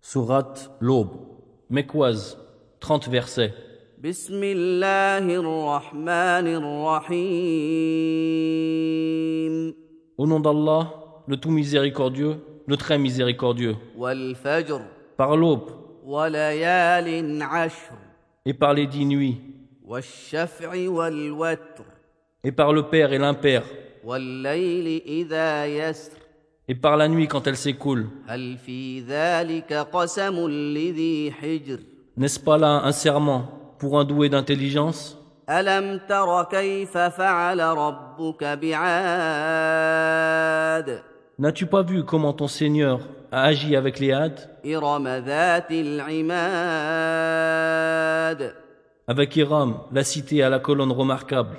Sourate L'aube, Mekwaz, 30 versets. بسم الله الرحمن الرحيم Au nom d'Allah, le tout miséricordieux, le très miséricordieux, والفجر par l'aube وليال عشر et par les dix nuits, والشفع والوتر et par le Père et l'impère, والليل إذا يسر et par la nuit quand elle s'écoule. هل في ذلك قسم لذي حجر N'est-ce pas là un serment pour un doué d'intelligence ألم تر كيف فعل ربك بعاد N'as-tu pas vu comment ton Seigneur a agi avec les hâtes, إرم ذات العماد avec Hiram, la cité à la colonne remarquable,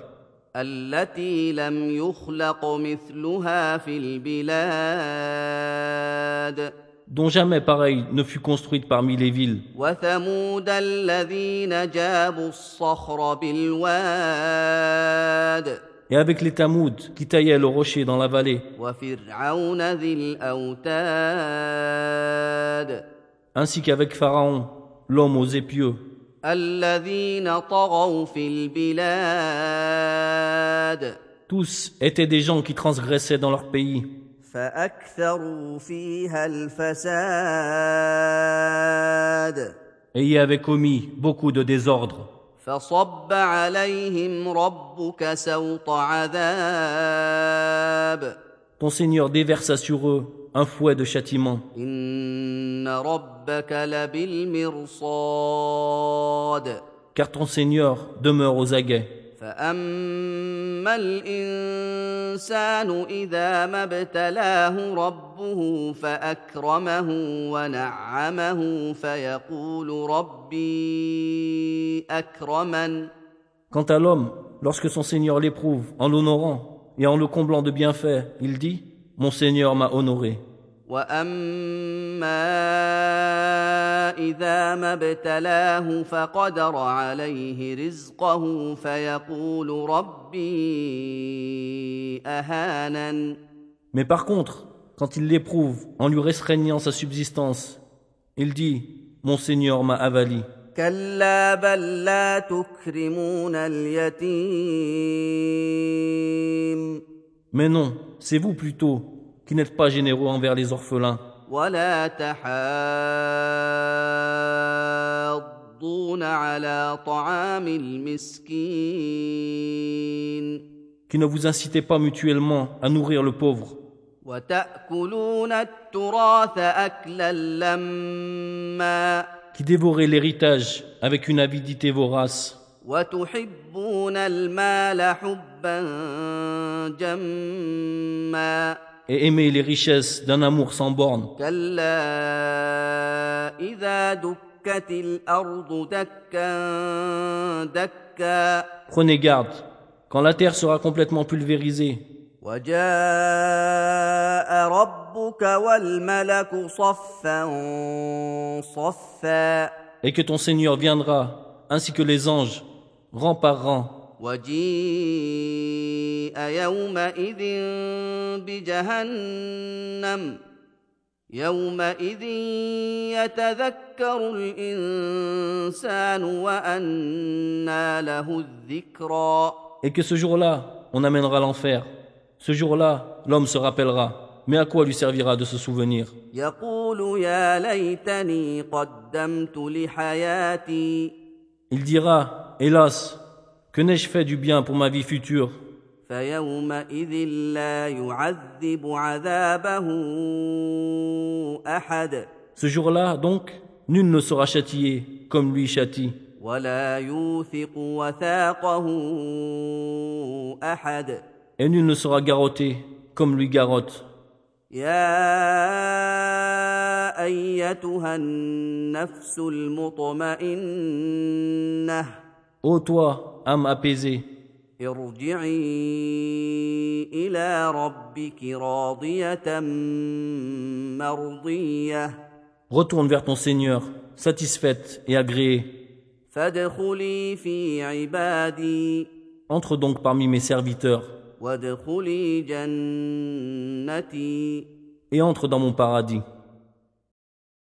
التي لم يخلق مثلها في البلاد dont jamais pareille ne fut construite parmi les villes, وثمود الذين جابوا الصخر بالواد et avec les Tamouds qui taillaient le rocher dans la vallée, وفرعون ذي الاوتاد ainsi qu'avec Pharaon, l'homme aux épieux, الذين طغوا في البلاد tous étaient des gens qui transgressaient dans leur pays, فاكثروا فيها الفساد et y avaient commis beaucoup de désordres. فصب عليهم ربك سوط عذاب Ton Seigneur déversa sur eux un fouet de châtiment. ان ربك لبالمرصاد car ton Seigneur demeure aux aguets. فاما الانسان اذا ما ابتلاه ربه فاكرمه ونعمه فيقول ربي اكرمن Quant à l'homme, lorsque son Seigneur l'éprouve en l'honorant et en le comblant de bienfaits, il dit Mon Seigneur m'a honoré. واما اذا ما ابتلاه فقدر عليه رزقه فيقول ربي اهانن Mais par contre, quand il l'éprouve en lui restreignant sa subsistance, il dit Mon Seigneur m'a avali. كلا بل لا تكرمون اليتيم Mais non, c'est vous plutôt qui n'êtes pas généreux envers les orphelins ولا تحاضون على طعام المسكين qui ne vous incitez pas mutuellement à nourrir le pauvre, وتأكلون التراث أكلا لما qui dévorez l'héritage avec une avidité vorace, وتحبون المال حبا جما et aimez les richesses d'un amour sans bornes, كلا إذا دكت الأرض دكا دكا Prenez garde, quand la terre sera complètement pulvérisée وجاء ربك والملك صفا صفا et que ton Seigneur viendra, ainsi que les anges, rang par rang, وجيء يومئذ بجهنم يومئذ يتذكر الانسان وانى له الذكرى et que ce jour-là, on amènera l'enfer. Ce jour-là, l'homme se rappellera. Mais à quoi lui servira de se souvenir يقول يا ليتني قدمت لحياتي Il dira, hélas, que n'ai-je fait du bien pour ma vie future فيومئذ لا يعذب عذابه احد Ce jour-là, donc, nul ne sera châtié comme lui châtie, ولا يوثق وثاقه احد et nul ne sera garrotté comme lui garrotte. يا ايتها النفس المطمئنه Ô toi, âme apaisée, ارجعي الى ربك راضيه مرضيه Retourne vers ton Seigneur, satisfaite et agréée. فادخلي في عبادي Entre donc parmi mes serviteurs, وادخلي جنتي et entre dans mon paradis.